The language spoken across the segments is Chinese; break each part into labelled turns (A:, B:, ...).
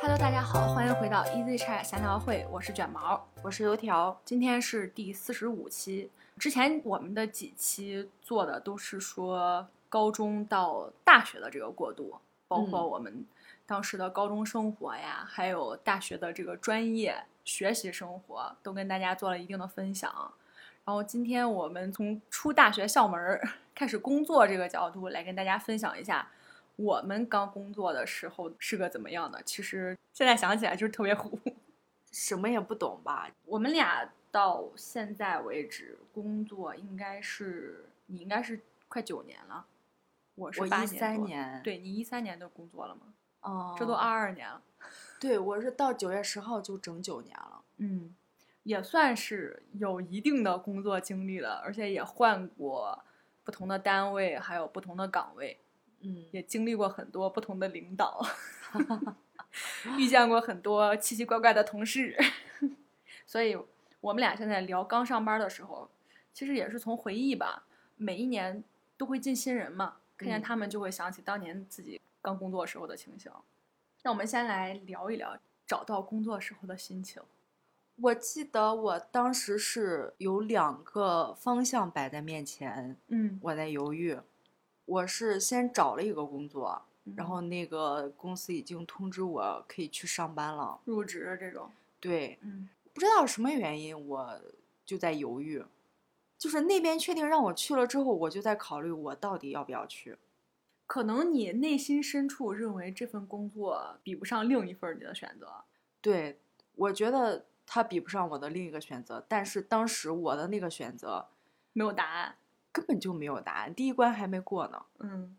A: Hello，大家好，欢迎回到 Easy Chat 闲聊会，我是卷毛，我是油条，今天是第四十五期。之前我们的几期做的都是说高中到大学的这个过渡，包括
B: 嗯
A: 我们当时的高中生活呀，还有大学的这个专业学习生活，都跟大家做了一定的分享。然后今天我们从出大学校门儿 开始工作这个角度来跟大家分享一下，我们刚工作的时候是个怎么样的？其实现在想起来就是特别糊。
B: 什么也不懂吧？
A: 我们俩到现在为止工作应该是你应该是快九年了，我是
B: 我
A: 八
B: 一三
A: 多，
B: 年，，
A: 对你一三年就工作了吗？
B: 哦，
A: 这都二，二年了，
B: 对我是到九月十号就整九年了。
A: 嗯，也算是有一定的工作经历了，而且也换过不同的单位，还有不同的岗位。
B: 嗯
A: 也经历过很多不同的领导， 遇见过很多奇奇怪怪的同事， 所以我们俩现在聊刚上班的时候，其实也是从回忆吧。每一年都会进新人嘛，看见
B: 嗯
A: 他们就会想起当年自己刚工作时候的情形。那我们先来聊一聊找到工作时候的心情。
B: 我记得我当时是有两个方向摆在面前，
A: 嗯，
B: 我在犹豫。我是先找了一个工作，然
A: 然
B: 后
A: 后
B: 那个公司已经通知我可以去上班了。
A: 入职这种，
B: 对，
A: 嗯
B: 不知道什么原因，我就在犹豫。就是那边确定让我去了之后，我就在考虑我到底要不要去。
A: 可能你内心深处认为这份工作比不上另一份儿你的选择，
B: 对，我觉得它比不上我的另一个选择，但是当时我的那个选择
A: 没有答案。
B: 根本就没有答案，第一关还没过呢。
A: 嗯，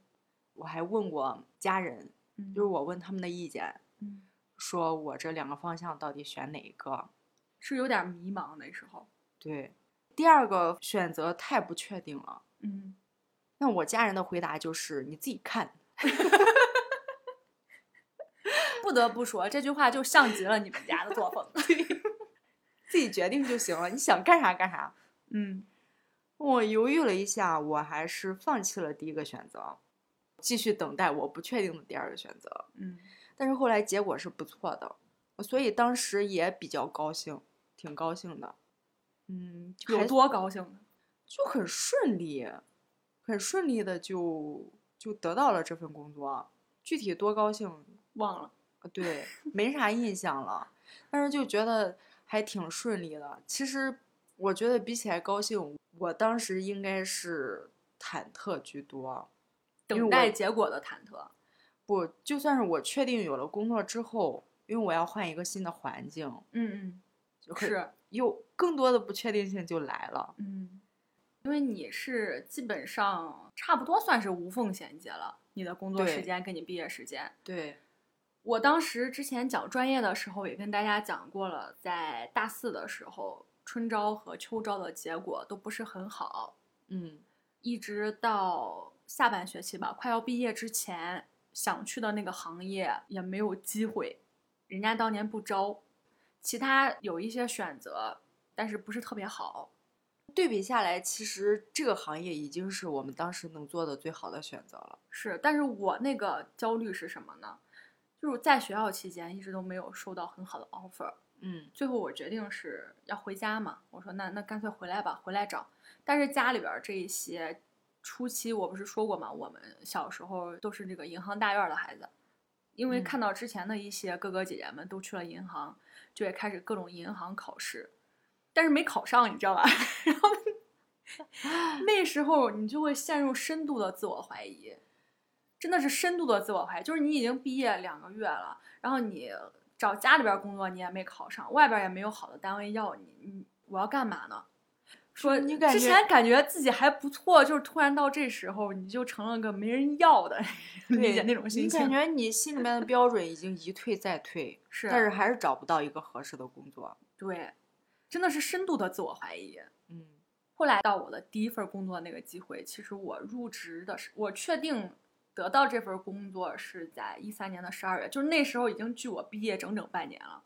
B: 我还问过家人，
A: 嗯
B: 就是我问他们的意见，
A: 嗯，
B: 说我这两个方向到底选哪一个？
A: 是有点迷茫那时候。
B: 对，第二个选择太不确定了。
A: 嗯，
B: 那我家人的回答就是你自己看。
A: 不得不说这句话就像极了你们家的作风。
B: 自己决定就行了，你想干啥干啥。
A: 嗯
B: 我犹豫了一下，我还是放弃了第一个选择，继续等待我不确定的第二个选择。
A: 嗯，
B: 但是后来结果是不错的，所以当时也比较高兴，挺高兴的。嗯，就
A: 有
B: 还
A: 多高兴呢？
B: 就很顺利，很顺利的就就得到了这份工作。啊具体多高兴，
A: 忘了。
B: 呃对，没啥印象了，但是就觉得还挺顺利的。其实我觉得比起来高兴，我当时应该是忐忑居多。因为
A: 等
B: 我
A: 待结果的忐忑。
B: 不，就算是我确定有了工作之后，因为我要换一个新的环境，
A: 嗯
B: 就
A: 嗯，
B: 很
A: 是
B: 有更多的不确定性就来了。
A: 嗯，因为你是基本上差不多算是无缝衔接了，你的工作
B: 对
A: 时间跟你毕业时间。
B: 对，
A: 我当时之前讲专业的时候也跟大家讲过了，在大四的时候，春招和秋招的结果都不是很好。
B: 嗯
A: 一直到下半学期吧，快要毕业之前，想去的那个行业也没有机会，人家当年不招。其他有一些选择，但是不是特别好。
B: 对比下来，其实这个行业已经是我们当时能做的最好的选择了。
A: 是，但是我那个焦虑是什么呢？就是在学校期间一直都没有收到很好的 offer，
B: 嗯
A: 最后我决定是要回家嘛，我说那那干脆回来吧，回来找。但是家里边儿这一些，初期我不是说过嘛，我们小时候都是这个银行大院儿的孩子，因为
B: 嗯
A: 看到之前的一些哥哥姐姐们都去了银行，就也开始各种银行考试，但是没考上，你知道吧？然后那时候你就会陷入深度的自我怀疑，真的是深度的自我怀疑，就是你已经毕业两个月了，然后你找家里边儿工作你也没考上，外边儿也没有好的单位要你，你我要干嘛呢？说
B: 你感
A: 之
B: 觉
A: 前感觉自己还不错，就是突然到这时候你就成了个没人要的， 理解那种心
B: 你
A: 情。
B: 感觉你心里面的标准已经一退再退，
A: 是，
B: 但是啊还是找不到一个合适的工作。
A: 对，真的是深度的自我怀疑。
B: 嗯
A: 后来到我的第一份工作那个机会，其实我入职的是，我确定得到这份工作是在一三年的十二月，就是那时候已经距我毕业整整半年了。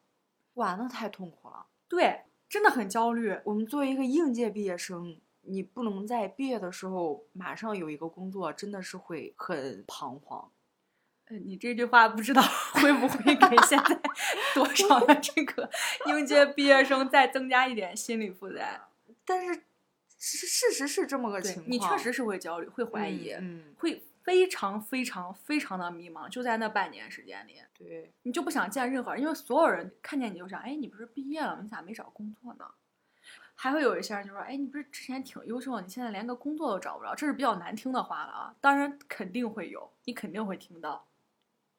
B: 哇，那太痛苦了。
A: 对，真的很焦虑。
B: 我们作为一个应届毕业生，你不能在毕业的时候马上有一个工作，真的是会很彷徨。
A: 呃你这句话不知道 会不会给现 在多少的这个应届毕业生再增加一点心理负担？
B: 但是事事实是这么个
A: 对
B: 情况，
A: 你确实是会焦虑，会怀
B: 嗯
A: 疑，
B: 嗯，
A: 会非常非常非常的迷茫。就在那半年时间里，
B: 对，
A: 你就不想见任何人，因为所有人看见你就想，哎，你不是毕业了吗？你咋没找工作呢？还会有一些人就说，哎，你不是之前挺优秀的，你现在连个工作都找不着，这是比较难听的话了啊。当然肯定会有，你肯定会听到。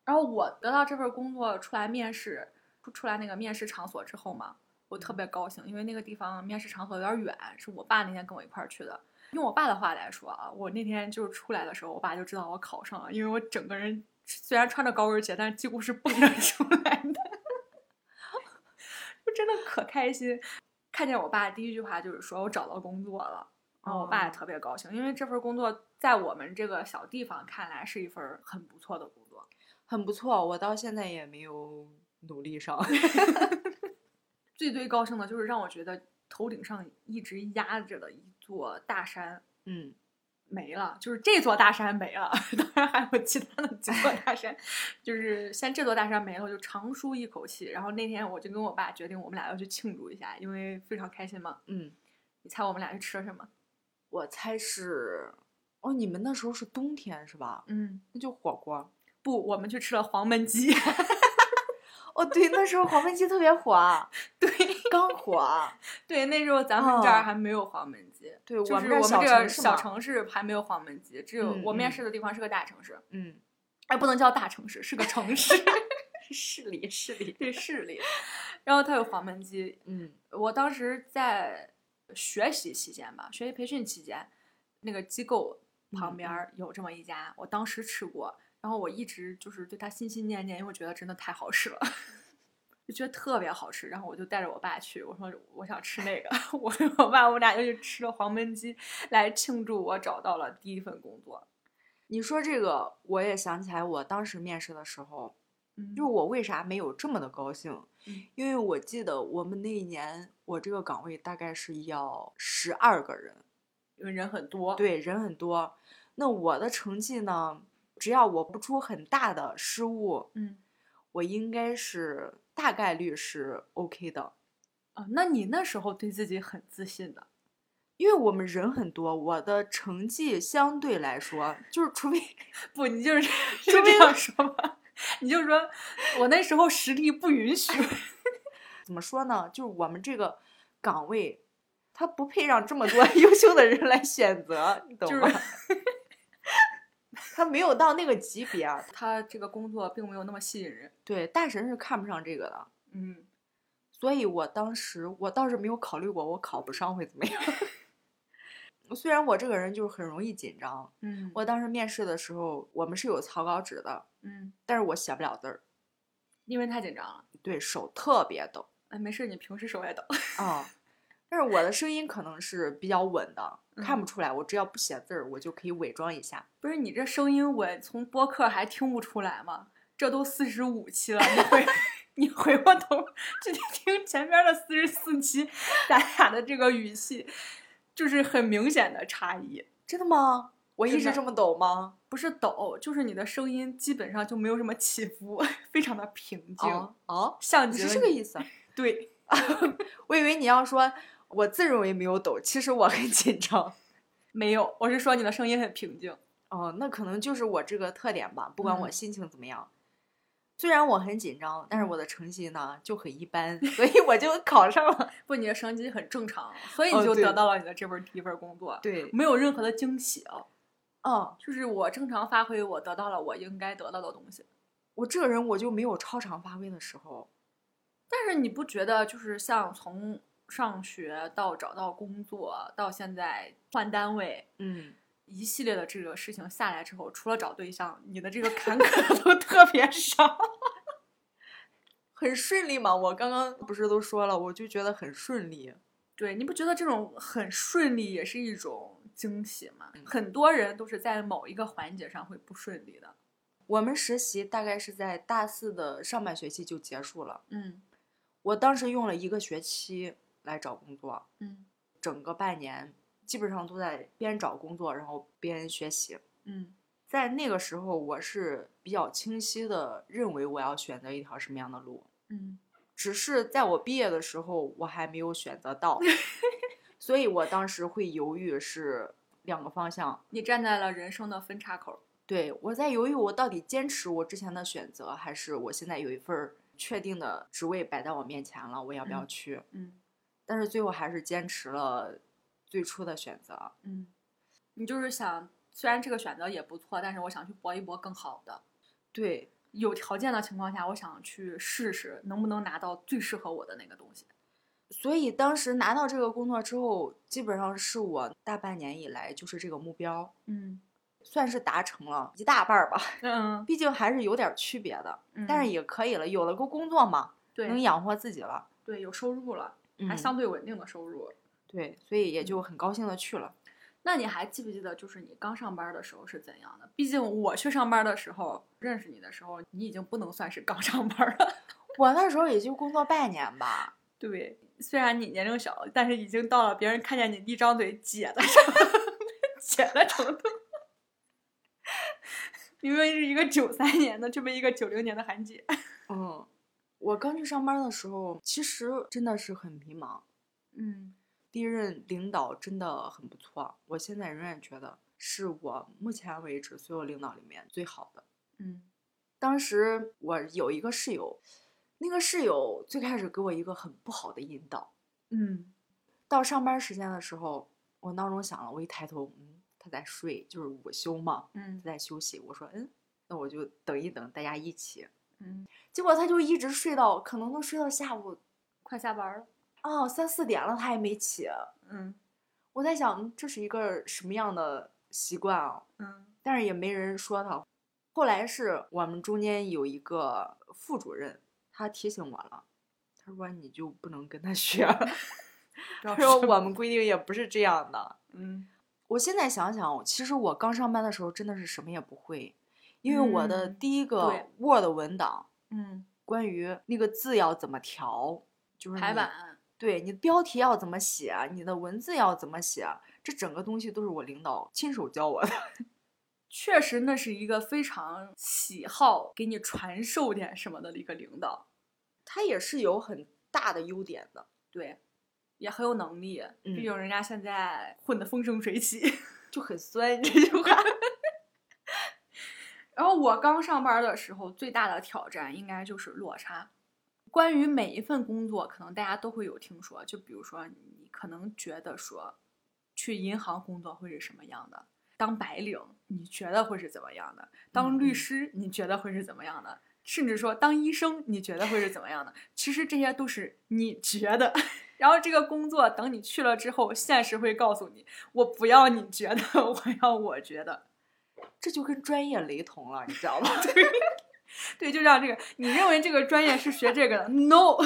A: 然后我得到这份工作出来面试，出出来那个面试场所之后嘛，我特别高兴，因为那个地方面试场所有点远，是我爸那天跟我一块儿去的。用我爸的话来说啊，我那天就是出来的时候，我爸就知道我考上了，因为我整个人虽然穿着高跟鞋，但是几乎是蹦着 出来的，就真的可开心。看见我爸第一句话就是说我找到工作了，然后我爸也
B: 哦
A: 特别高兴，因为这份工作在我们这个小地方看来是一份很不错的工作。
B: 很不错，我到现在也没有努力上。
A: 最最高兴的就是让我觉得头顶上一直压着的一座大山
B: 嗯，
A: 没了，就是这座大山没了， 当然还有其他的几座大 山，就是先这座大山没了，我就长舒一口气。然后那天我就跟我爸决定，我们俩要去庆祝一下，因为非常开心嘛。
B: 嗯，
A: 你猜我们俩去吃了什么？
B: 我猜是，哦，你们那时候是冬天是吧？
A: 嗯，
B: 那就火锅。
A: 不，我们去吃了黄焖鸡。
B: 哦，对，那时候黄焖鸡特别火，
A: 对
B: 刚火。
A: 对，那时候咱们这儿
B: 哦
A: 还没有黄焖鸡，
B: 对，
A: 就是
B: 我
A: 我
B: 们
A: 们
B: 这儿
A: 这
B: 城
A: 个
B: 市
A: 小
B: 嘛，
A: 城市还没有黄焖鸡，只有
B: 嗯
A: 我面
B: 嗯
A: 试的地方是个大城市，
B: 嗯，
A: 哎，不能叫大城市，是个城市，
B: 市里市里，
A: 对市里。 然后它有黄焖鸡，
B: 嗯
A: 我当时在学习期间吧，学习培训期间，那个机构旁边儿有这么一家，我当时吃过，然后我一直就是对它心心念念，因为我觉得真的太好吃了。 就觉得特别好吃，然后我就带着我爸去，我说我想吃那个， 我跟我爸我们俩就去吃了黄焖鸡，来庆祝我找到了第一份工作。
B: 你说这个，我也想起来，我当时面试的时候，
A: 嗯
B: 就是我为啥没有这么的高兴
A: 嗯，
B: 因为我记得我们那一年，我这个岗位大概是要十二个人，
A: 因为人很多，，
B: 对，人很多。那我的成绩呢，只要我不出很大的失误，
A: 嗯
B: 我应该是大概率是 OK 的，
A: 啊，那你那时候对自己很自信的，
B: 因为我们人很多，我的成绩相对来说，就是除非
A: 不，你 就是是
B: 除非
A: 这样说吧，你就说我那时候实力不允许。
B: 怎么说呢，就是我们这个岗位，它不配让这么多 优秀的人来选择，你懂
A: 就是
B: 吗？ 他没有到那个级别啊，
A: 他这个工作并没有那么吸引人。
B: 对，大神是看不上这个的。
A: 嗯，
B: 所以我当时我倒是没有考虑过我考不上会怎么样。 虽然我这个人就是很容易紧张，
A: 嗯
B: 我当时面试的时候我们是有草稿纸的，
A: 嗯，
B: 但是我写不了字儿，
A: 因为太紧张了。
B: 对手特别抖
A: 哎，没事，你平时手也抖。
B: 啊、但是我的声音可能是比较稳的，看不
A: 嗯
B: 出来。我只要不写字儿，我就可以伪装一下。
A: 不是你这声音稳，从播客还听不出来吗？这都四十五期了，你回 你回过头去听前边的四十四期，咱俩的这个语气就是很明显的差异。
B: 真的吗？我一
A: 真
B: 直
A: 的
B: 这么抖吗？
A: 不是抖，就是你的声音基本上就没有什么起伏，非常的平静，
B: 哦哦，
A: 像
B: 你
A: 极
B: 是
A: 了
B: 这个
A: 你
B: 意思啊？
A: 对，
B: 我以为你要说我自认为没有抖，其实我很紧张。
A: 没有，我是说你的声音很平静。
B: 哦，那可能就是我这个特点吧。不管我
A: 嗯
B: 心情怎么样，虽然我很紧张，但是我的成绩呢就很一般，所以我就考上 了。
A: 不，你的成绩很正常，所以
B: 哦
A: 你就
B: 对
A: 得到了你的这份第一份工作，
B: 对，
A: 没有任何的惊喜啊，
B: 哦，
A: 就是我正常发挥，我得到了我应该得到的东西。
B: 我这个人我就没有超常发挥的时候。
A: 但是你不觉得就是像从上学到找到工作到现在换单位，
B: 嗯，
A: 一系列的这个事情下来之后，除了找对象，你的这个坎坷 都特别少。
B: 很顺利嘛。我刚刚不是都说了，我就觉得很顺利。
A: 对，你不觉得这种很顺利也是一种惊喜吗
B: 嗯？
A: 很多人都是在某一个环节上会不顺利的。
B: 我们实习大概是在大四的上半学期就结束了。
A: 嗯
B: 我当时用了一个学期来找工作，
A: 嗯
B: 整个半年基本上都在边找工作，然后边学习。
A: 嗯
B: 在那个时候，我是比较清晰的认为我要选择一条什么样的路，
A: 嗯
B: 只是在我毕业的时候，我还没有选择到，所以我当时会犹豫是两个方向。
A: 你站在了人生的分叉口儿，
B: 对我在犹豫，我到底坚持我之前的选择，还是我现在有一份儿确定的职位摆在我面前了，我要不要
A: 嗯
B: 去？
A: 嗯
B: 但是最后还是坚持了最初的选择。
A: 嗯，你就是想，虽然这个选择也不错，但是我想去搏一搏更好的。
B: 对，
A: 有条件的情况下，我想去试试能不能拿到最适合我的那个东西。
B: 所以当时拿到这个工作之后，基本上是我大半年以来就是这个目标，
A: 嗯
B: 算是达成了一大半儿吧。
A: 嗯，
B: 毕竟还是有点儿区别的，
A: 嗯
B: 但是也可以了，有了个工作嘛，能
A: 对
B: 养活自己了。
A: 对有收入了，还
B: 嗯
A: 相嗯对稳定的收入。
B: 对，所以也就很高兴的去了。
A: 那你还记不记得，就是你刚上班的时候是怎样的？毕竟我去上班的时候，认识你的时候，你已经不能算是刚上班了。
B: 我那时候也就工作半年吧，
A: 对，虽然你年龄小，但是已经到了别人看见你一张嘴姐的 姐的程度。 明明是一个九三年的，这么一个九零年的韩姐。
B: 嗯，我刚去上班的时候，其实真的是很迷茫。
A: 嗯
B: 第一任领导真的很不错，我现在仍然觉得是我目前为止所有领导里面最好的。
A: 嗯
B: 当时我有一个室友，那个室友最开始给我一个很不好的引导。
A: 嗯
B: 到上班时间的时候，我闹钟响了，我一抬头，嗯，他在睡，就是午休嘛，
A: 嗯
B: 他在休息。我说，嗯，那我就等一等，大家一起。
A: 嗯，
B: 结果他就一直睡到，可能都睡到下午
A: 快下班了。
B: 哦三四点了，他也没起。
A: 嗯
B: 我在想，嗯这是一个什么样的习惯啊？
A: 嗯
B: 但是也没人说他。后来是我们中间有一个副主任，他提醒我了，他说你就不能跟他学了， 他说我们规定也不是这样的。
A: 嗯
B: 我现在想想，其实我刚上班的时候真的是什么也不会，因为我的
A: 嗯
B: 第一个
A: 对
B: Word 文档
A: 嗯
B: 关于那个字要怎么调，就是
A: 排
B: 你
A: 版。
B: 对你的标题要怎么写，啊你的文字要怎么写，啊这整个东西都是我领导亲手教我的。
A: 确实，那是一个非常喜好给你传授点什么的一个领导，
B: 他也是有很大的优点的，
A: 对，也很有能力。
B: 嗯
A: 毕竟人家现在混得风生水起。
B: 就很酸 这句话。
A: 然后我刚上班的时候，最大的挑战应该就是落差。关于每一份工作，可能大家都会有听说，就比如说你可能觉得说，去银行工作会是什么样的？当白领，你觉得会是怎么样的？当
B: 嗯
A: 律
B: 嗯
A: 师，你觉得会是怎么样的？甚至说当医生，你觉得会是怎么样的？其实这些都是你觉得， 然后这个工作等你去了之后，现实会告诉你，我不要你觉得，我要我觉得。
B: 这就跟专业雷同了，你知道吗？
A: 对，就像这个，你认为这个专业是学这个的？No，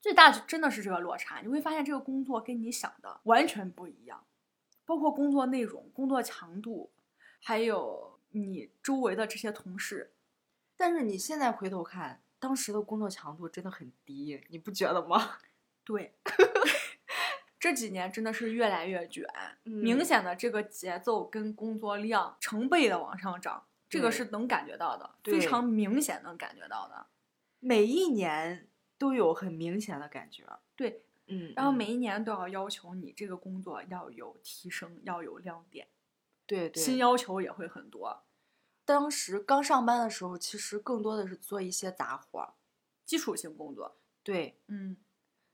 A: 最大就真的是这个落差，你会发现这个工作跟你想的完全不一样，包括工作内容、工作强度，还有你周围的这些同事。
B: 但是你现在回头看，当时的工作强度真的很低，你不觉得吗？
A: 对， 这几年真的是越来越卷，
B: 嗯
A: 明显的这个节奏跟工作量成倍的往上涨，这个
B: 对
A: 是能感觉到的，非
B: 对
A: 常明显能感觉到的。
B: 每一年都有很明显的感觉。
A: 对，
B: 嗯，
A: 然后
B: 嗯
A: 每一年都要要求你这个工作要有提升，要有亮点，
B: 对
A: 新
B: 对，
A: 要求也会很多，
B: 当时刚上班的时候，其实更多的是做一些杂活儿。
A: 基础性工作。
B: 对，
A: 嗯，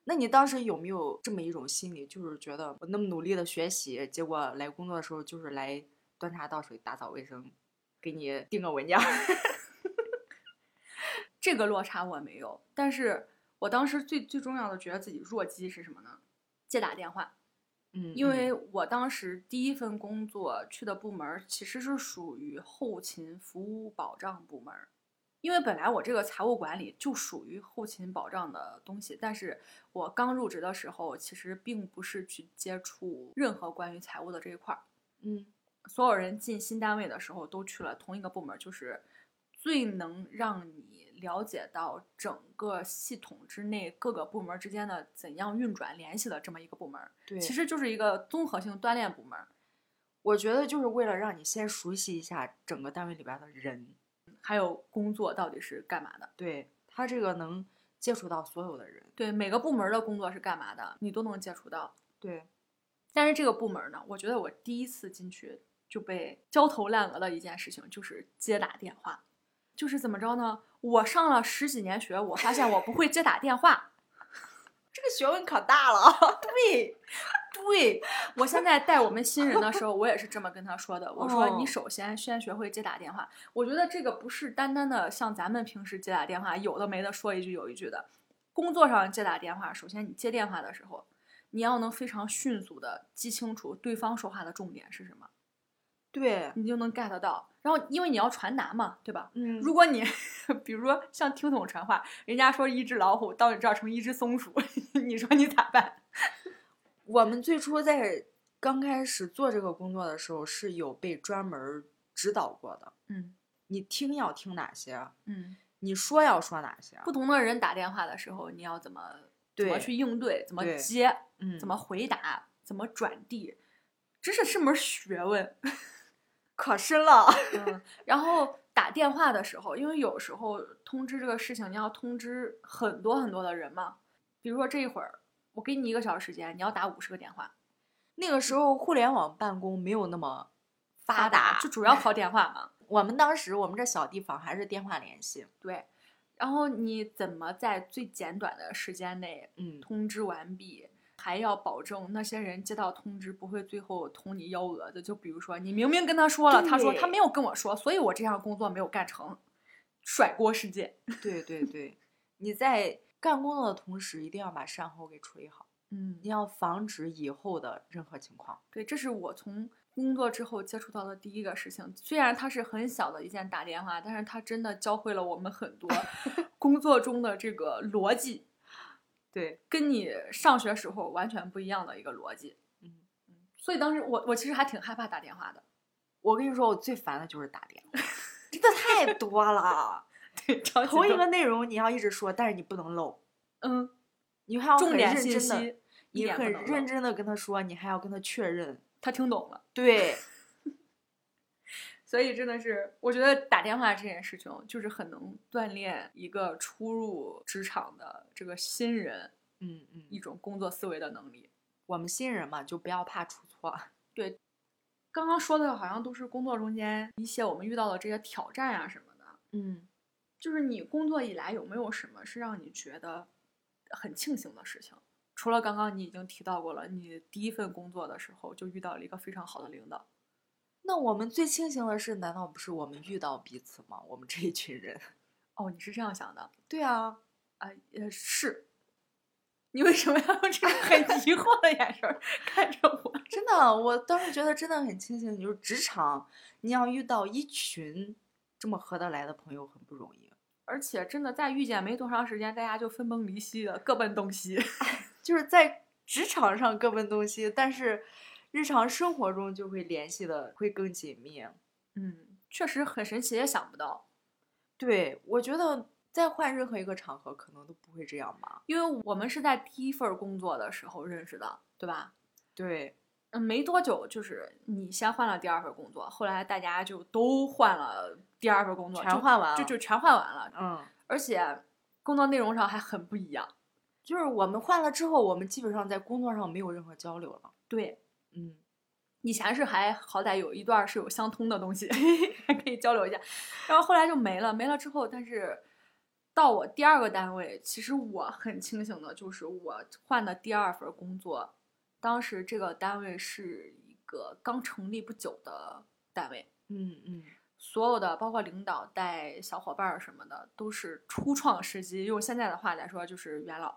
B: 那你当时有没有这么一种心理，就是觉得我那么努力的学习，结果来工作的时候就是来端茶倒水、打扫卫生，给你定个文件？
A: 这个落差我没有，但是我当时最最重要的觉得自己弱鸡是什么呢？接打电话，
B: 嗯，
A: 因为
B: 嗯
A: 我当时第一份工作去的部门儿其实是属于后勤服务保障部门儿，因为本来我这个财务管理就属于后勤保障的东西，但是我刚入职的时候其实并不是去接触任何关于财务的这一块儿，
B: 嗯
A: 所有人进新单位的时候都去了同一个部门儿，就是最能让你了解到整个系统之内各个部门儿之间的怎样运转联系的这么一个部门儿。
B: 对，
A: 其实就是一个综合性锻炼部门儿。
B: 我觉得就是为了让你先熟悉一下整个单位里边的人，
A: 还有工作到底是干嘛的？
B: 对他这个能接触到所有的人。
A: 对每个部门的工作是干嘛的，你都能接触到。
B: 对，
A: 但是这个部门呢，我觉得我第一次进去就被焦头烂额的一件事情就是接打电话，就是怎么着呢？我上了十几年学，我发现我不会接打电话。
B: 这个学问可大了。
A: 对，对，我现在带我们新人的时候，我也是这么跟他说的。我说，你
B: 哦
A: 首先先学会接打电话。我觉得这个不是单单的像咱们平时接打电话，有的没的说一句有一句的。工作上接打电话，首先你接电话的时候，你要能非常迅速的记清楚对方说话的重点是什么，
B: 对，
A: 你就能 get 到。然后，因为你要传达嘛，对吧？
B: 嗯
A: 如果你 比如说像听筒传话，人家说一只老虎到你这儿成一只松鼠， 你说你咋办？
B: 我们最初在刚开始做这个工作的时候，是有被专门儿指导过的。
A: 嗯
B: 你听要听哪些，啊
A: 嗯。
B: 你说要说哪些，啊
A: 不同的人打电话的时候，你要怎么怎么
B: 对
A: 去应对，怎么
B: 对
A: 接，
B: 嗯，
A: 怎么？回答，怎么转递，真是是门学问。
B: 可深了。
A: 嗯，然后打电话的时候，因为有时候通知这个事情，你要通知很多很多的人嘛。比如说这一会儿，我给你一个小时时间，你要打五十个电话，
B: 那个时候互联网办公没有那么发达，
A: 就主 要靠电话嘛。
B: 我们当时我们这小地方还是电话联系。
A: 对，然后你怎么在最简短的时间内
B: 嗯，
A: 通知完毕，还要保证那些人接到通知不会最后捅你幺蛾子。就比如说，你明明跟他说了，他说他
B: 对
A: 没有跟我说，所以我这项工作没有干成，甩锅事件。
B: 对对对，你在干工作的同时，一定要把善后给处理好，
A: 嗯
B: 你，要防止以后的任何情况。
A: 对，这是我从工作之后接触到的第一个事情。虽然它是很小的一件打电话，但是它真的教会了我们很 多工作中的这个逻辑，
B: 对，
A: 跟你上学时候完全不一样的一个逻辑。
B: 嗯，
A: 所以当时我我其实还挺害怕打电话的，
B: 我跟你说，我最烦的就是打电话，真的太多了。
A: 对，超级
B: 同一
A: 多
B: 个内容你要一直说，但是你不能漏，
A: 嗯，
B: 你还要
A: 重
B: 哦很
A: 点
B: 认
A: 信
B: 真地
A: 息，一
B: 你
A: 点不
B: 很
A: 能漏
B: 认真的跟他说，你还要跟他确认。
A: 他听懂了。
B: 对，
A: 所以真的是，我觉得打电话这件事情就是很能锻炼一个初入职场的这个新人
B: 嗯嗯，
A: 一种工作思维的能力。
B: 我们新人嘛，就不要怕出错。
A: 刚刚说的好像都是工作中间一些我们遇到的这些挑战啊什么的，
B: 嗯，
A: 就是你工作以来有没有什么是让你觉得很庆幸的事情？除了刚刚你已经提到过了，你第一份工作的时候就遇到了一个非常好的领导，
B: 那我们最庆幸的是，难道不是我们遇到彼此吗？我们这一群人。
A: 哦，你是这样想的？
B: 对啊，
A: 啊，呃，是。你为什么要用这种很疑惑的眼神儿看着我？
B: 真的，我当时觉得真的很庆幸，就是职场你要遇到一群这么合得来的朋友很不容易。
A: 而且真的在遇见没多长时间，大家就分崩离析的，各奔东西。
B: 就是在职场上各奔东西，但是日常生活中就会联系的会更紧密。
A: 嗯，确实很神奇，也想不到，
B: 对，我觉得再换任何一个场合，可能都不会这样吧。
A: 因为我们是在第一份儿工作的时候认识的，对吧？
B: 对，
A: 嗯，没多久就是你先换了第二份儿工作，后来大家就都换了第二份儿工作，
B: 全
A: 就
B: 换完
A: 就
B: 了
A: 就全换完了，
B: 嗯，
A: 而且工作内容上还很不一样。
B: 就是我们换了之后，我们基本上在工作上没有任何交流了。
A: 对，
B: 嗯，
A: 以前是还好歹有一段儿是有相通的东西，还可以交流一下，然后后来就没了，没了之后，但是到我第二个单位，其实我很清醒的，就是我换的第二份工作，当时这个单位是一个刚成立不久的单位，
B: 嗯嗯，
A: 所有的包括领导带小伙伴儿什么的，都是初创时机，用现在的话来说就是元老，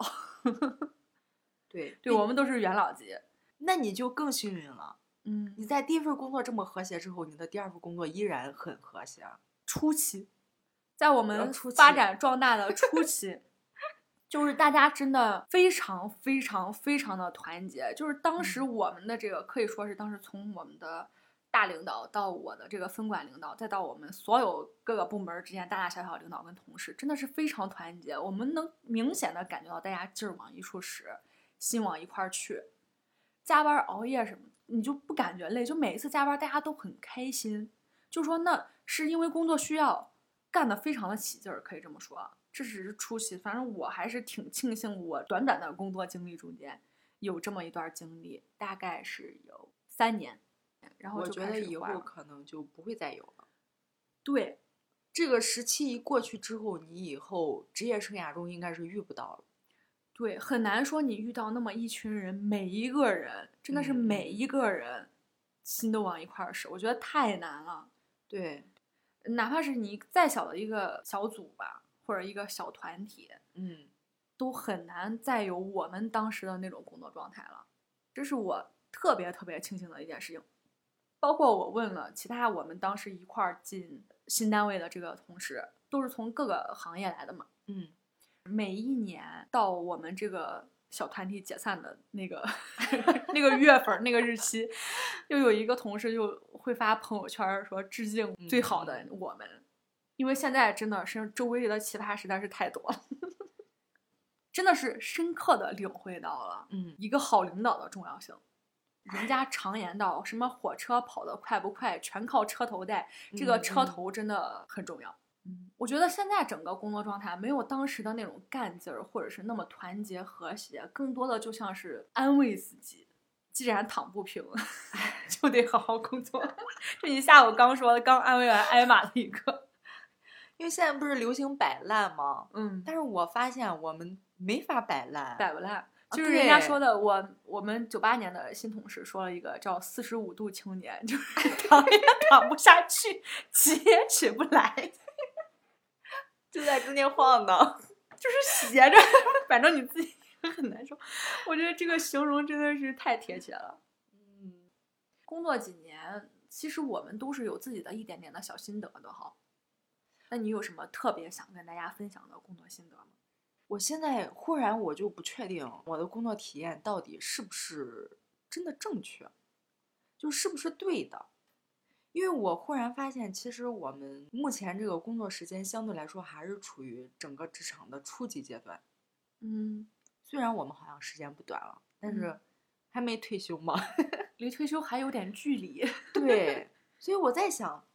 B: 对
A: 对我们都是元老级，
B: 那你就更幸运了。
A: 嗯
B: 你在第一份工作这么和谐之后，你的第二份工作依然很和谐。啊
A: 初期，在我们
B: 初
A: 发
B: 期
A: 展壮大的初期，就是大家真的非常非常非常的团结。就是当时我们的这个可以说是当时从我们的大领导到我的这个分管领导，再到我们所有各个部门儿之间大大小小领导跟同事，真的是非常团结。我们能明显的感觉到大家劲儿往一处使，心往一块儿去。加班儿熬夜什么的，你就不感觉累，就每一次加班大家都很开心，就说那是因为工作需要，干得非常的起劲儿，可以这么说啊。这只是初期，反正我还是挺庆幸我短短的工作经历中间有这么一段经历，大概是有三年，然后
B: 我
A: 就
B: 觉
A: 开
B: 得
A: 始
B: 以
A: 换
B: 后
A: 了
B: 可能就不会再有了。
A: 对
B: 这个时期一过去之后，你以后职业生涯中应该是遇不到了。
A: 对，很难说你遇到那么一群人，每一个人真的是
B: 嗯
A: 每一个人心都往一块儿使，我觉得太难了。
B: 对，
A: 哪怕是你再小的一个小组吧，或者一个小团体，
B: 嗯，
A: 都很难再有我们当时的那种工作状态了。这是我特别特别庆幸的一件事情。包括我问了其他我们当时一块儿进新单位的这个同事，都是从各个行业来的嘛。
B: 嗯，
A: 每一年到我们这个小团体解散的那个 那个月份儿那个日期，又有一个同事就会发朋友圈儿说致敬最好的我们，因为现在真的是周围的奇葩实在是太多了， 真的是深刻的领会到了
B: 嗯，
A: 一个好领导的重要性。人家常言道，什么火车跑得快不快，全靠车头带。这个
B: 嗯
A: 车
B: 嗯
A: 头真的很重要。嗯，我觉得现在整个工作状态没有当时的那种干劲儿，或者是那么团结和谐，更多的就像是安慰自己。既然躺不平， 就得好好工作。 这一下午刚说的，刚安慰完艾玛的一个，
B: 因为现在不是流行摆烂吗？
A: 嗯，
B: 但是我发现我们没法摆烂，
A: 摆不烂。就是人家
B: 啊对
A: 说的，我我们九八年的新同事说了一个叫“四十五度青年”，就是 躺也躺不下去，起也起不来。
B: 就在中间晃荡。
A: 斜着，反正你自己也很难受。我觉得这个形容真的是太贴切了。
B: 嗯，
A: 工作几年，其实我们都是有自己的一点点的小心得的哈。那你有什么特别想跟大家分享的工作心得吗？
B: 我现在忽然我就不确定我的工作体验到底是不是真的正确，就是不是对的。因为我忽然发现，其实我们目前这个工作时间相对来说还是处于整个职场的初级阶段。
A: 嗯，
B: 虽然我们好像时间不短了，但
A: 嗯
B: 是还没退休嘛。
A: 离退休还有点距离。
B: 对，所以我在想，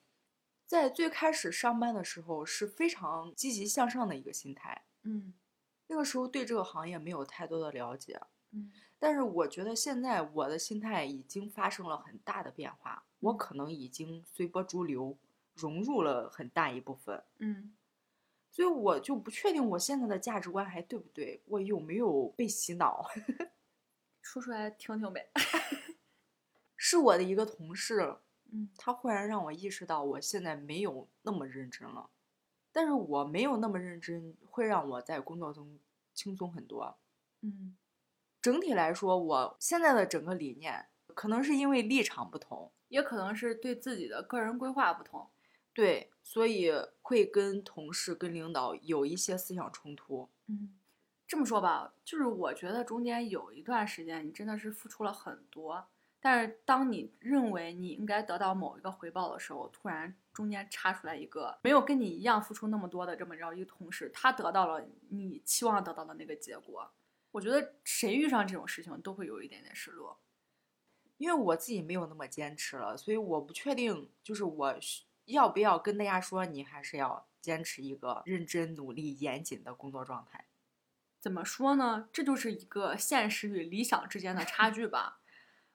B: 在最开始上班的时候是非常积极向上的一个心态，
A: 嗯
B: 那个时候对这个行业没有太多的了解，
A: 嗯
B: 但是我觉得现在我的心态已经发生了很大的变化，我
A: 嗯
B: 可能已经随波逐流，融入了很大一部分，
A: 嗯
B: 所以我就不确定我现在的价值观还对不对，我有没有被洗脑？
A: 说出来听听呗。
B: 是我的一个同事，
A: 嗯
B: 他忽然让我意识到我现在没有那么认真了，但是我没有那么认真，会让我在工作中轻松很多。
A: 嗯
B: 整体来说，我现在的整个理念，可能是因为立场不同，
A: 也可能是对自己的个人规划不同。
B: 对，所以会跟同事、跟领导有一些思想冲突。
A: 嗯，这么说吧，就是我觉得中间有一段时间，你真的是付出了很多，但是当你认为你应该得到某一个回报的时候，突然中间插出来一个没有跟你一样付出那么多的这么着一个同事，他得到了你期望得到的那个结果，我觉得谁遇上这种事情都会有一点点失落。
B: 因为我自己没有那么坚持了，所以我不确定，就是我需要不要跟大家说，你还是要坚持一个认真、努力、严谨的工作状态。
A: 怎么说呢？这就是一个现实与理想之间的差距吧。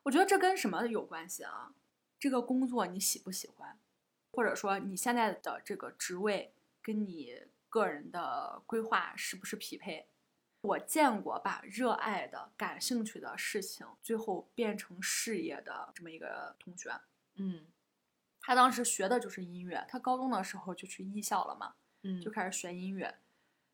A: 我觉得这跟什么有关系啊？这个工作你喜不喜欢，或者说你现在的这个职位跟你个人的规划是不是匹配？我见过把热爱的、感兴趣的事情最后变成事业的这么一个同学，
B: 嗯
A: 他当时学的就是音乐，他高中的时候就去艺校了嘛。
B: 嗯
A: 就开始学音乐。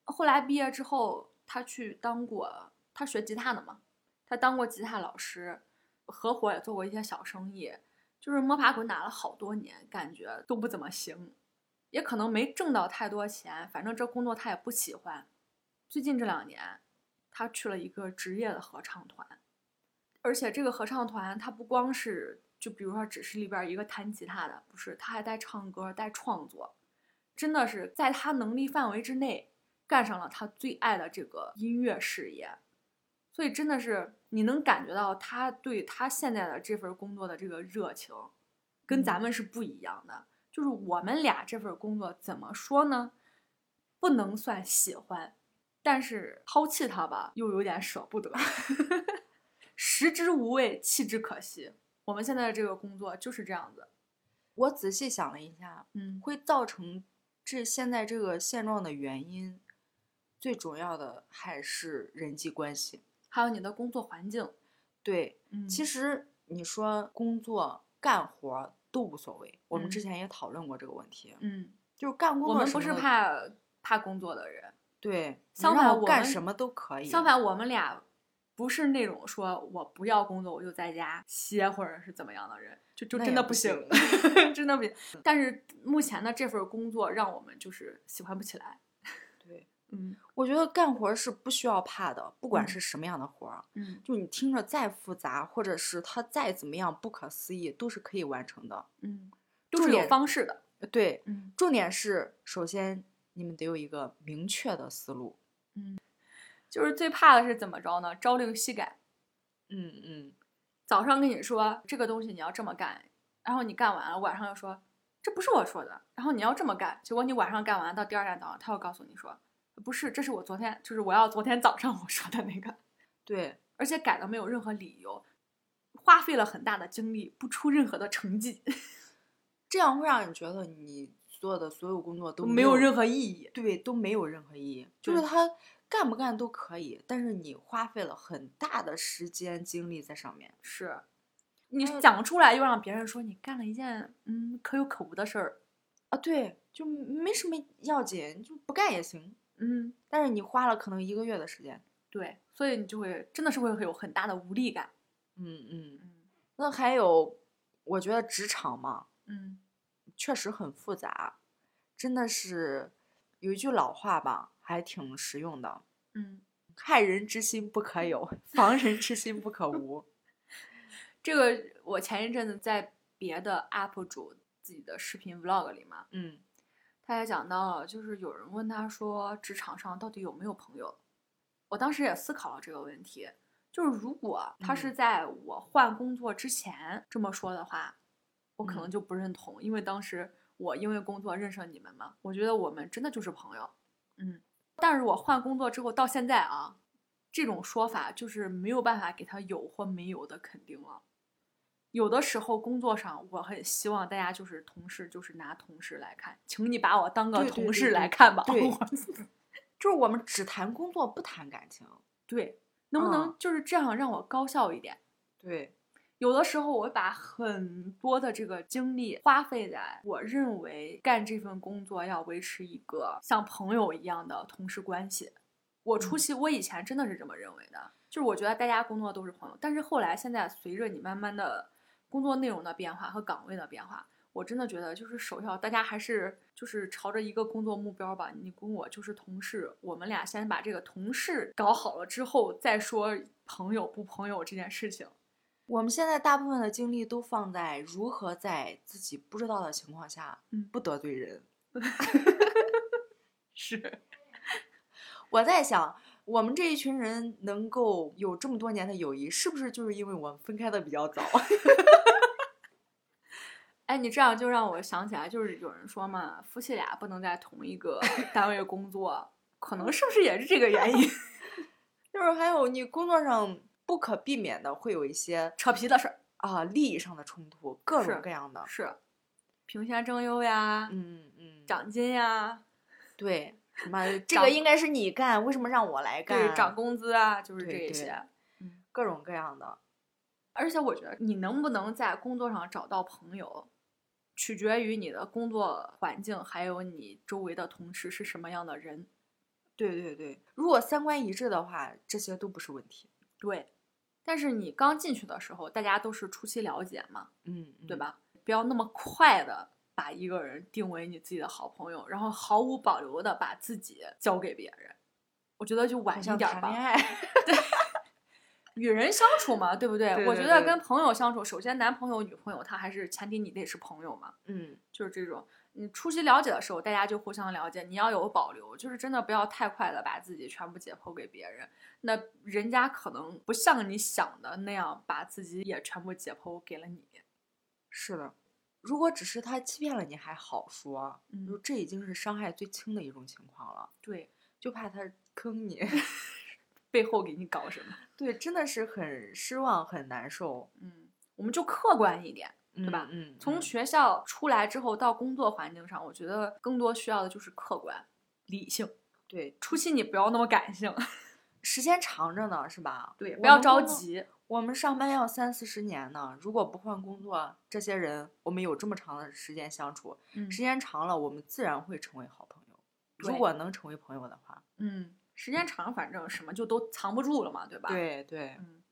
A: 后来毕业之后，他去当过，他学吉他的嘛，他当过吉他老师，合伙也做过一些小生意，就是摸爬滚打了好多年，感觉都不怎么行，也可能没挣到太多钱，反正这工作他也不喜欢。最近这两年，他去了一个职业的合唱团，而且这个合唱团他不光是就比如说只是里边儿一个弹吉他的，不是，他还带唱歌，带创作，真的是在他能力范围之内干上了他最爱的这个音乐事业，所以真的是你能感觉到他对他现在的这份工作的这个热情，跟咱
B: 嗯
A: 们是不一样的。就是我们俩这份工作怎么说呢？不能算喜欢，但是抛弃它吧，又有点舍不得。食之无味，弃之可惜。我们现在的这个工作就是这样子。
B: 我仔细想了一下，
A: 嗯，
B: 会造成这现在这个现状的原因，最主要的还是人际关系。
A: 还有你的工作环境。
B: 对，
A: 嗯，
B: 其实你说工作干活儿都无所谓，我们之
A: 嗯
B: 前也讨论过这个问题，
A: 嗯，
B: 就是干工
A: 我
B: 作
A: 们
B: 什
A: 不是
B: 么
A: 怕怕工作的人，
B: 对，你
A: 相
B: 让
A: 反
B: 我
A: 我
B: 干
A: 们
B: 什么都可以。
A: 相，反我们俩不是那种说我不要工作我就在家歇或者是怎么样的人，就就
B: 那
A: 真
B: 也
A: 的
B: 不
A: 不行， 真的不行。但是目前的这份工作让我们就是喜欢不起来。
B: 对，
A: 嗯
B: 我觉得干活儿是不需要怕的，不管
A: 嗯
B: 是什么样的活儿，
A: 嗯
B: 就你听着再复杂，或者是它再怎么样不可思议，都是可以完成的。
A: 嗯，都
B: 重
A: 是有
B: 点
A: 方式的。
B: 呃对，
A: 嗯
B: 重点是，首先你们得有一个明确的思路。
A: 就是最怕的是怎么着呢？朝令夕改。
B: 嗯嗯，
A: 早上跟你说这个东西你要这么干，然后你干完了，晚上又说这不是我说的，然后你要这么干，结果你晚上干完到第二天早上，他又告诉你说不是，这是我昨天就是我要昨天早上我说的那个，
B: 对
A: 而且改的没有任何理由，花费了很大的精力，不出任何的成绩，
B: 这样会让你觉得你做的所有工作都
A: 没有任何意义。
B: 对都没有任何意义，就是
A: 对
B: 它干不干都可以，但是你花费了很大的时间精力在上面。
A: 是，你
B: 还有
A: 讲出来又让别人说你干了一件嗯可有可无的事儿，
B: 啊，对，就没什么要紧，就不干也行。
A: 嗯，
B: 但是你花了可能一个月的时间。
A: 对，所以你就会真的是会有很大的无力感。
B: 嗯嗯，
A: 嗯
B: 那还有，我觉得职场嘛，
A: 嗯
B: 确实很复杂，真的是有一句老话吧，还挺实用的：
A: 嗯。
B: 害人之心不可有， 防人之心不可无。
A: 这个我前一阵子在别的 UP 主自己的视频 Vlog 里嘛，
B: 嗯
A: 他也讲到了，就是有人问他说，职场上到底有没有朋友？我当时也思考了这个问题，就是如果他是
B: 嗯
A: 在我换工作之前这么说的话，我可能
B: 嗯
A: 就不认同，因为当时我因为工作认识了你们嘛，我觉得我们真的就是朋友，嗯。但是我换工作之后到现在啊，这种说法就是没有办法给他有或没有的肯定了。有的时候工作上，我很希望大家就是同事，就是拿同事来看，请你把我当个
B: 对对
A: 同
B: 对
A: 事
B: 对
A: 来看吧。
B: 对
A: 我
B: 就是我们只谈工作不谈感情。
A: 对，能不
B: 嗯
A: 能就是这样让我高效一点？
B: 对，
A: 有的时候我会把很多的这个精力花费在我认为干这份工作要维持一个像朋友一样的同事关系。我初
B: 嗯
A: 期我以前真的是这么认为的，就是我觉得大家工作都是朋友，但是后来现在随着你慢慢的工作内容的变化和岗位的变化，我真的觉得就是首要大家还是就是朝着一个工作目标吧，你跟我就是同事，我们俩先把这个同事搞好了之后再说朋友不朋友这件事情。
B: 我们现在大部分的精力都放在如何在自己不知道的情况下，
A: 嗯
B: 不得罪人。
A: 是，
B: 我在想，我们这一群人能够有这么多年的友谊，是不是就是因为我们分开的比较早？
A: 哎，你这样就让我想起来，就是有人说嘛，夫妻俩不能在同一个单位工作，可能是不是也是这个原因？
B: 就是还有你工作上不可避免的会有一些
A: 扯皮的事儿
B: 啊、利益上的冲突，各
A: 是
B: 种各样的。
A: 是，评先争优呀，
B: 嗯嗯，
A: 奖金呀，
B: 对什么这
A: 长
B: 个应该是你干，为什么让我来干？
A: 对，涨工资啊，就是这
B: 对
A: 一
B: 对
A: 些。
B: 各种各样的。
A: 而且我觉得，你能不能在工作上找到朋友，取决于你的工作环境，还有你周围的同事是什么样的人。
B: 对对对，如果三观一致的话，这些都不是问题。
A: 对，但是你刚进去的时候，大家都是初期了解嘛，
B: 嗯，
A: 对
B: 嗯？
A: 吧？不要那么快的把一个人定为你自己的好朋友，然后毫无保留的把自己交给别人。我觉得就晚
B: 好
A: 一
B: 像
A: 点儿
B: 谈
A: 吧，
B: 恋爱。
A: 与人相处嘛，对不对？
B: 对
A: 我
B: 对
A: 觉得
B: 对
A: 跟朋友相处，首先男朋友、女朋友，他还是前提你得是朋友嘛，
B: 嗯，
A: 就是这种。你初期了解的时候，大家就互相了解，你要有保留，就是真的不要太快的把自己全部解剖给别人。那人家可能不像你想的那样，把自己也全部解剖给了你。
B: 是的，如果只是他欺骗了你还好说，
A: 嗯
B: 就这已经是伤害最轻的一种情况了，
A: 对，
B: 就怕他坑 你。
A: 背后给你搞什么？
B: 对，真的是很失望，很难受，
A: 嗯，我们就客观一点。
B: 对
A: 吧
B: 嗯，
A: 从
B: 嗯
A: 学校出来之后到工作环境上，我觉得更多需要的就是客观、理性。
B: 对
A: 初期你不要那么感 性，
B: 时间长着呢，是吧？
A: 对，
B: 我
A: 不要
B: 们
A: 着
B: 工作。
A: 急。
B: 我们上班要三四十年呢，如果不换工作，这些人我们有这么长的时间相处，
A: 嗯
B: 时间长了，我们自然会成为好朋友。如
A: 对
B: 果能成为朋友的话，
A: 嗯，时间长，反正什么就都藏不住了嘛，对吧？。
B: 对对，
A: 嗯，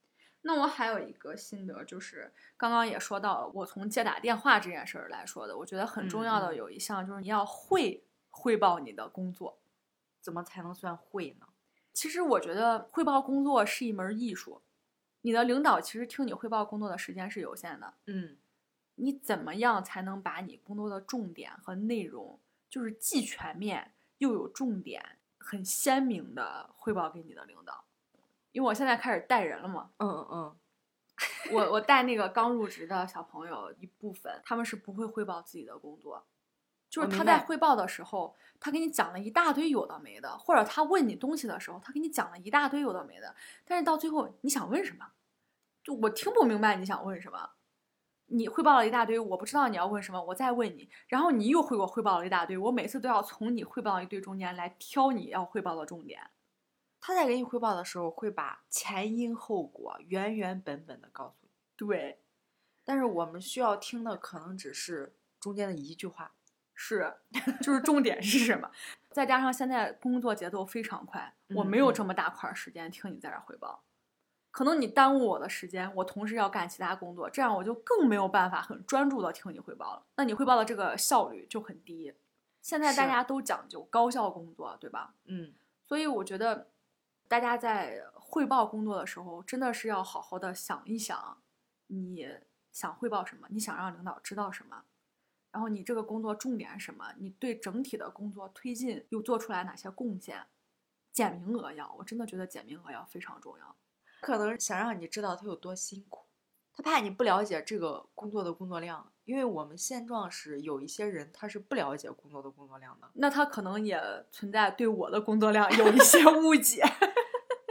A: 那我还有一个心得，就是刚刚也说到了，我从接打电话这件事儿来说的，我觉得很重要的
B: 嗯嗯
A: 有一项就是你要会汇报你的工作。
B: 怎么才能算会呢？
A: 其实我觉得汇报工作是一门艺术，你的领导其实听你汇报工作的时间是有限的，
B: 嗯，
A: 你怎么样才能把你工作的重点和内容，就是既全面又有重点，很鲜明的汇报给你的领导？因为我现在开始带人了嘛，
B: 嗯嗯嗯，
A: 我我带那个刚入职的小朋友一部分，他们是不会汇报自己的工作，就
B: 我
A: 是
B: 明
A: 他在
B: 白
A: 汇报的时候，他给你讲了一大堆有的没的，或者他问你东西的时候，他给你讲了一大堆有的没的，但是到最后你想问什么，就我听不明白你想问什么。你汇报了一大堆，我不知道你要问什么，我再问你，然后你又回我汇报了一大堆，我每次都要从你汇报一堆中间来挑你要汇报的重点。
B: 他在给你汇报的时候会把前因后果原原本本的告诉你，
A: 对，
B: 但是我们需要听的可能只是中间的一句话。
A: 是，就是重点是什么？ 再加上现在工作节奏非常快，我没有
B: 嗯
A: 这么大块儿时间听你在这儿汇报，可能你耽误我的时间，我同时要干其他工作，这样我就更没有办法很专注的听你汇报了。那你汇报的这个效率就很低。现在大
B: 是
A: 家都讲究高效工作，对吧？
B: 嗯，
A: 所以我觉得大家在汇报工作的时候，真的是要好好的想一想，你想汇报什么，你想让领导知道什么，然后你这个工作重点是什么，你对整体的工作推进又做出来哪些贡献。简明扼要，我真的觉得简明扼要非常重要。
B: 可能想让你知道他有多辛苦，他怕你不了解这个工作的工作量，因为我们现状是有一些人他是不了解工作的工作量的。
A: 那他可能也存在对我的工作量有一些误解。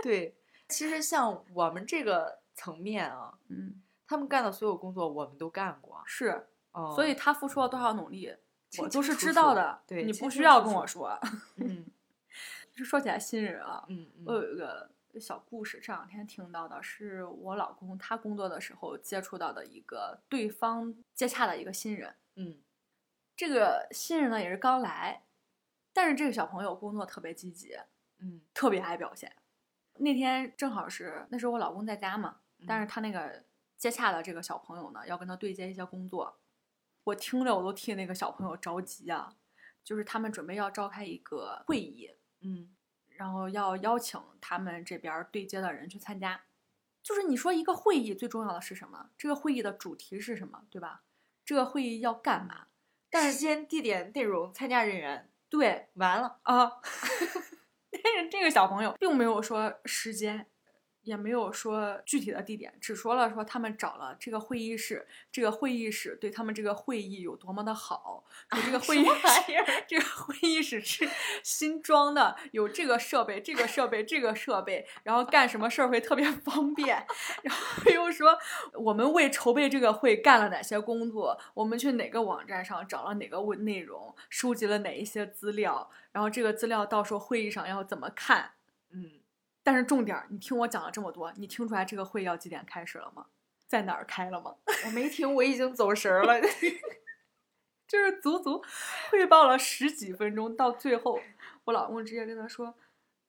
B: 对，其实像我们这个层面啊，
A: 嗯，
B: 他们干的所有工作我们都干 过，
A: 是，
B: 哦
A: 所以他付出了多少努力，
B: 清
A: 我都
B: 清
A: 是
B: 楚
A: 知道
B: 楚
A: 的。
B: 对
A: 你
B: 清
A: 不需
B: 清
A: 要
B: 楚
A: 跟
B: 楚
A: 我说。
B: 嗯
A: 就说起来新人啊，
B: 嗯嗯
A: 我有一个小故事，这两天听到的是我老公他工作的时候接触到的一个对方接洽的一个新人。
B: 嗯
A: 这个新人呢也是刚来，但是这个小朋友工作特别积极，
B: 嗯，
A: 特别爱表现。那天正好是那时候我老公在家嘛，但是
B: 嗯
A: 他那个接洽的这个小朋友呢，要跟他对接一些工作，我听着我都替那个小朋友着急啊。就是他们准备要召开一个会议，
B: 嗯
A: 然后要邀请他们这边儿对接的人去参加。就是你说一个会议最重要的是什么？这个会议的主题是什么，对吧？这个会议要干嘛？但
B: 时
A: 是
B: 间、地点、内容、参加人员，
A: 对
B: 完了，
A: 啊，但是这个小朋友并没有说时间，也没有说具体的地点，只说了说他们找了这个会议室，这个会议室对他们这个会议有多么的好，说这个会议
B: 啊什么
A: 室
B: 玩意儿？
A: 这个会议室是新装的，有这个设备、这个设备、这个设备，然后干什么事儿会特别方便。然后又说我们为筹备这个会干了哪些工作，我们去哪个网站上找了哪个文内容，收集了哪一些资料，然后这个资料到时候会议上要怎么看。
B: 嗯，
A: 但是重点儿，你听我讲了这么多，你听出来这个会要几点开始了吗？在哪儿开了吗？
B: 我没听，我已经走神儿了。
A: 就是足足汇报了十几分钟，到最后，我老公直接跟他说：“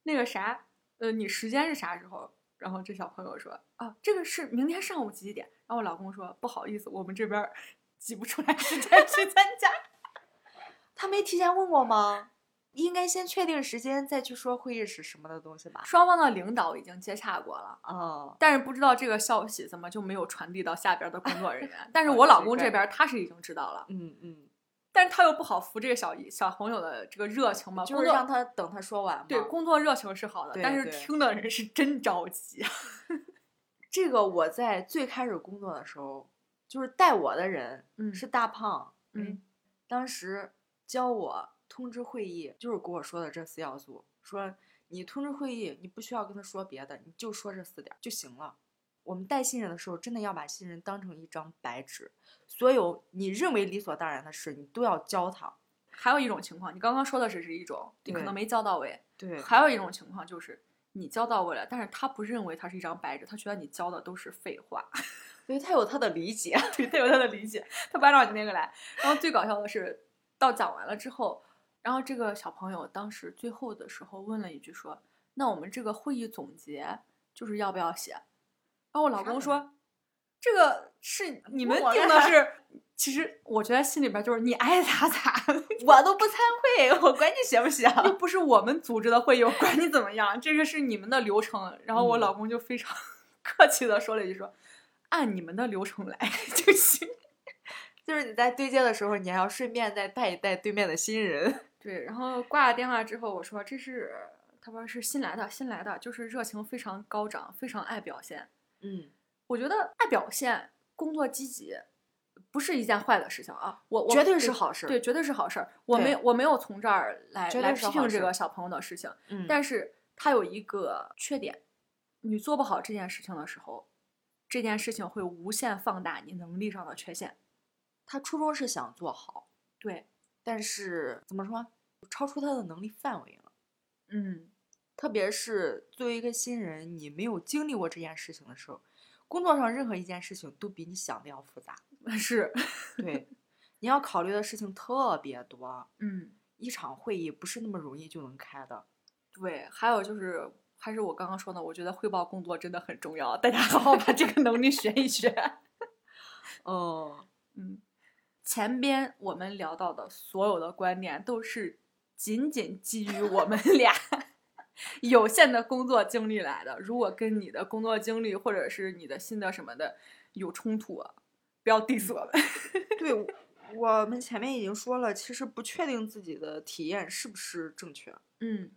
A: 那个啥，呃，你时间是啥时候？”然后这小朋友说：“啊，这个是明天上午几点？”然后我老公说：“不好意思，我们这边儿 挤不出来时间去参加。
B: 他没提前问过吗？应该先确定时间，再去说会议室什么的东西”吧。
A: 双方的领导已经接洽过了。
B: 哦，
A: 但是不知道这个消息 怎么就没有传递到下边儿的工作人员。但是
B: 好
A: 我老
B: 哦奇
A: 公这
B: 怪
A: 边儿他是已经知道了，
B: 嗯嗯，
A: 但是他又不好服这个小小朋友的这个热情嘛，
B: 就
A: 工
B: 是
A: 作
B: 呃让他等他说完嘛。
A: 对工作热情是好的，
B: 对
A: 但是
B: 对
A: 听的人是真着急。啊
B: 这个我在最开始工作的时候，就是带我的人
A: 嗯
B: 是大胖，哎
A: 嗯，
B: 当时教我通知会议，就是跟我说的这四要素，说你通知会议，你不需要跟他说别的，你就说这四点儿就行了。我们带新人的时候，真的要把新人当成一张白纸，所有你认为理所当然的事，你都要教他。
A: 还有一种情况，你刚刚说的只是一种，你可
B: 对
A: 能没教到位。
B: 对
A: 还有一种情况就是你教到位了，但是他不认为它是一张白纸，他觉得你教的都是废话。
B: 因为他有他的理解。
A: 对，他有他的理解，他不按照你那个来。然后最搞笑的是，到讲完了之后，然后这个小朋友当时最后的时候问了一句说：“那我们这个会议总结就是要不要写？”然后我老
B: 啥
A: 公
B: 玩意
A: 说：“这个是你们
B: 我
A: 定
B: 干
A: 的
B: 啥
A: 是。”其实我觉得心里边就是你爱咋咋，
B: 我都不参会， 我管你写不写。
A: 又不是我们组织的会议，我管你怎么样，这个是你们的流程。然后我
B: 嗯
A: 老公就非常 客气的说了一句说：“按你们的流程来 就行。”
B: 就是你在对接的时候，你还要顺便再带一带对面的新人。
A: 对，然后挂了电话之后，我说这是，他说是新来的，新来的，就是热情非常高涨，非常爱表现。
B: 嗯，
A: 我觉得爱表现、工作积极，不是一件坏的事情啊，我我
B: 绝对是好事。
A: 对，，绝对是好事儿。我没
B: 对
A: 我没有从这儿来
B: 绝
A: 来
B: 对是
A: 批评
B: 好
A: 这
B: 事
A: 个小朋友的事情，
B: 嗯，
A: 但是他有一个缺点，你做不好这件事情的时候，这件事情会无限放大你能力上的缺陷。
B: 他初衷是想做好，
A: 对，
B: 但是怎么说，超出他的能力范围了。
A: 嗯，
B: 特别是作为一个新人，你没有经历过这件事情的时候，工作上任何一件事情都比你想的要复杂。
A: 是，
B: 对，你要考虑的事情特别多，
A: 嗯。
B: 一场会议不是那么容易就能开的。
A: 对，还有就是，还是我刚刚说的，我觉得汇报工作真的很重要，大家好好把这个能力学一学。
B: 哦，
A: 嗯，前边我们聊到的所有的观点都是仅仅基于我们俩有限的工作经历来的。如果跟你的工作经历或者是你的新的什么的有冲突啊，不要 diss 我们。
B: 对，我我们前面已经说了，其实不确定自己的体验是不是正确。
A: 嗯，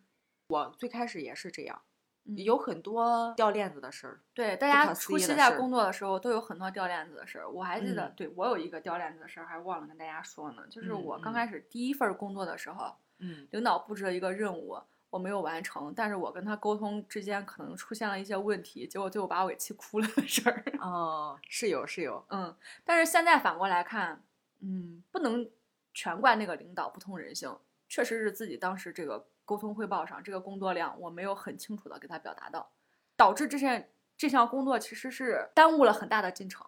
B: 我最开始也是这样，
A: 嗯
B: 有很多掉链子的事儿。
A: 对，大
B: 不
A: 家
B: 可思
A: 初
B: 议
A: 期
B: 的
A: 在
B: 事儿
A: 工作的时候都有很多掉链子的事儿。我还记得，
B: 嗯
A: 对我有一个掉链子的事儿，还忘了跟大家说呢。就是
B: 嗯
A: 我刚
B: 嗯
A: 开始第一份工作的时候，
B: 嗯
A: 领导布置了一个任务，我没有完成，但是我跟他沟通之间可能出现了一些问题，结果最后把我给气哭了的事儿。
B: 哦，是有是有，
A: 嗯，但是现在反过来看，嗯，不能全怪那个领导不通人性，确实是自己当时这个沟通汇报上这个工作量我没有很清楚的给他表达到，导致这项这项工作其实是耽误了很大的进程，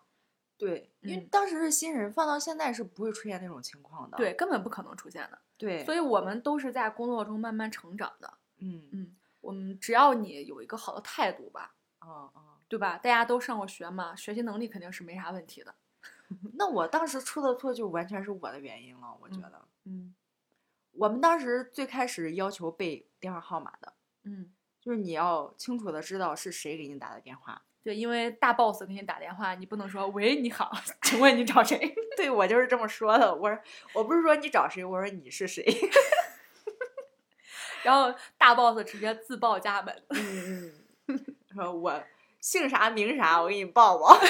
B: 对，因为
A: 嗯
B: 当时是新人，放到现在是不会出现那种情况的。
A: 对，根本不可能出现的。
B: 对，
A: 所
B: 以
A: 以我们都是在工作中慢慢成长的。
B: 嗯
A: 嗯，我们只要你有一个好的态度吧，
B: 哦哦，
A: 对吧？大家都上过学嘛，学习能力肯定是没啥问题的。
B: 那我当时出的错就完全是我的原因了，我觉
A: 嗯
B: 得。
A: 嗯
B: 我们当时最开始要求背电话号码的，
A: 嗯，
B: 就是你要清楚的知道是谁给你打的电话。
A: 对，因为大 boss 给你打电话，你不能说“喂，你好， 请问你找谁
B: 对我就是这么说的，我说我不是说你找谁，我说你是谁。”，
A: 然后大 boss 直接自报家 门。
B: 嗯， 说我姓啥名啥，我给你报报。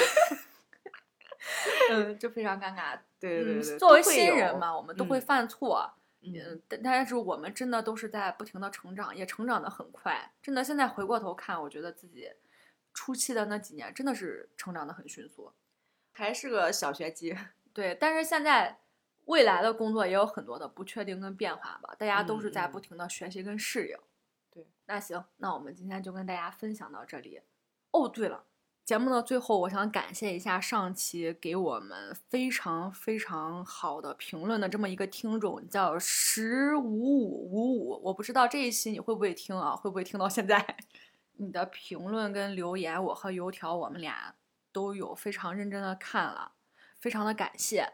A: 嗯，就非常尴尬。
B: 对对
A: 嗯
B: 对，
A: 作为
B: 都会
A: 新人
B: 有，
A: 嘛，我们都会
B: 嗯
A: 犯错。
B: 嗯，
A: 嗯，但但是我们真的都是在不停的成长，也成长的很快。真的，现在回过头看，我觉得自己初期的那几年真的是成长的很迅速。
B: 还是个小学鸡。
A: 对，但是现在未来的工作也有很多的不确定跟变化吧，大家都是在
B: 嗯嗯
A: 不停的学习跟适应。
B: 对，
A: 那行，那我们今天就跟大家分享到这里。哦，对了，节目的最后，我想感谢一下上期给我们非常非常好的评论的这么一个听众，叫十五五五五。我不知道这一期你会不会听啊？会不会听到现在？ 你的评论跟留言，我和油条我们俩都有非常认真的看了。非常的感谢，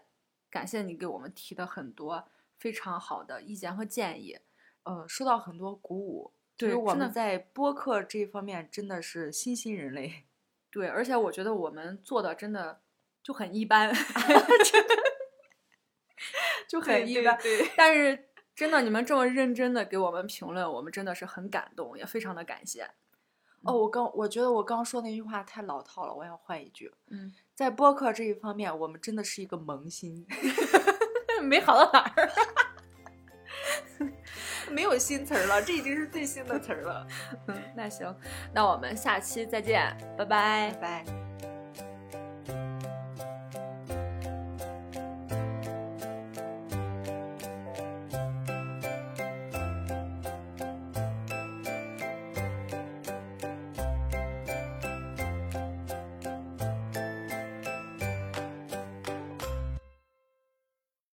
A: 感谢你给我们提的很多非常好的意见和建议。
B: 呃，受到很多鼓舞。就
A: 对
B: 是我
A: 真的
B: 们在播客这一方面真的是新兴人类。
A: 对，而且我觉得我们做的真的就很一般，就很一
B: 对
A: 般。
B: 对对
A: 但是真的，你们这么认真的给我们评论，我们真的是很感动，也非常的感谢。
B: 哦，我刚我觉得我刚说那句话太老套了，我要换一句。
A: 嗯，
B: 在播客这一方面，我们真的是一个萌新，
A: 没好到哪儿。
B: 没有新词儿了，这已经是最新的词儿了。
A: 嗯，那行，那我们下期再见，拜拜
B: 拜拜。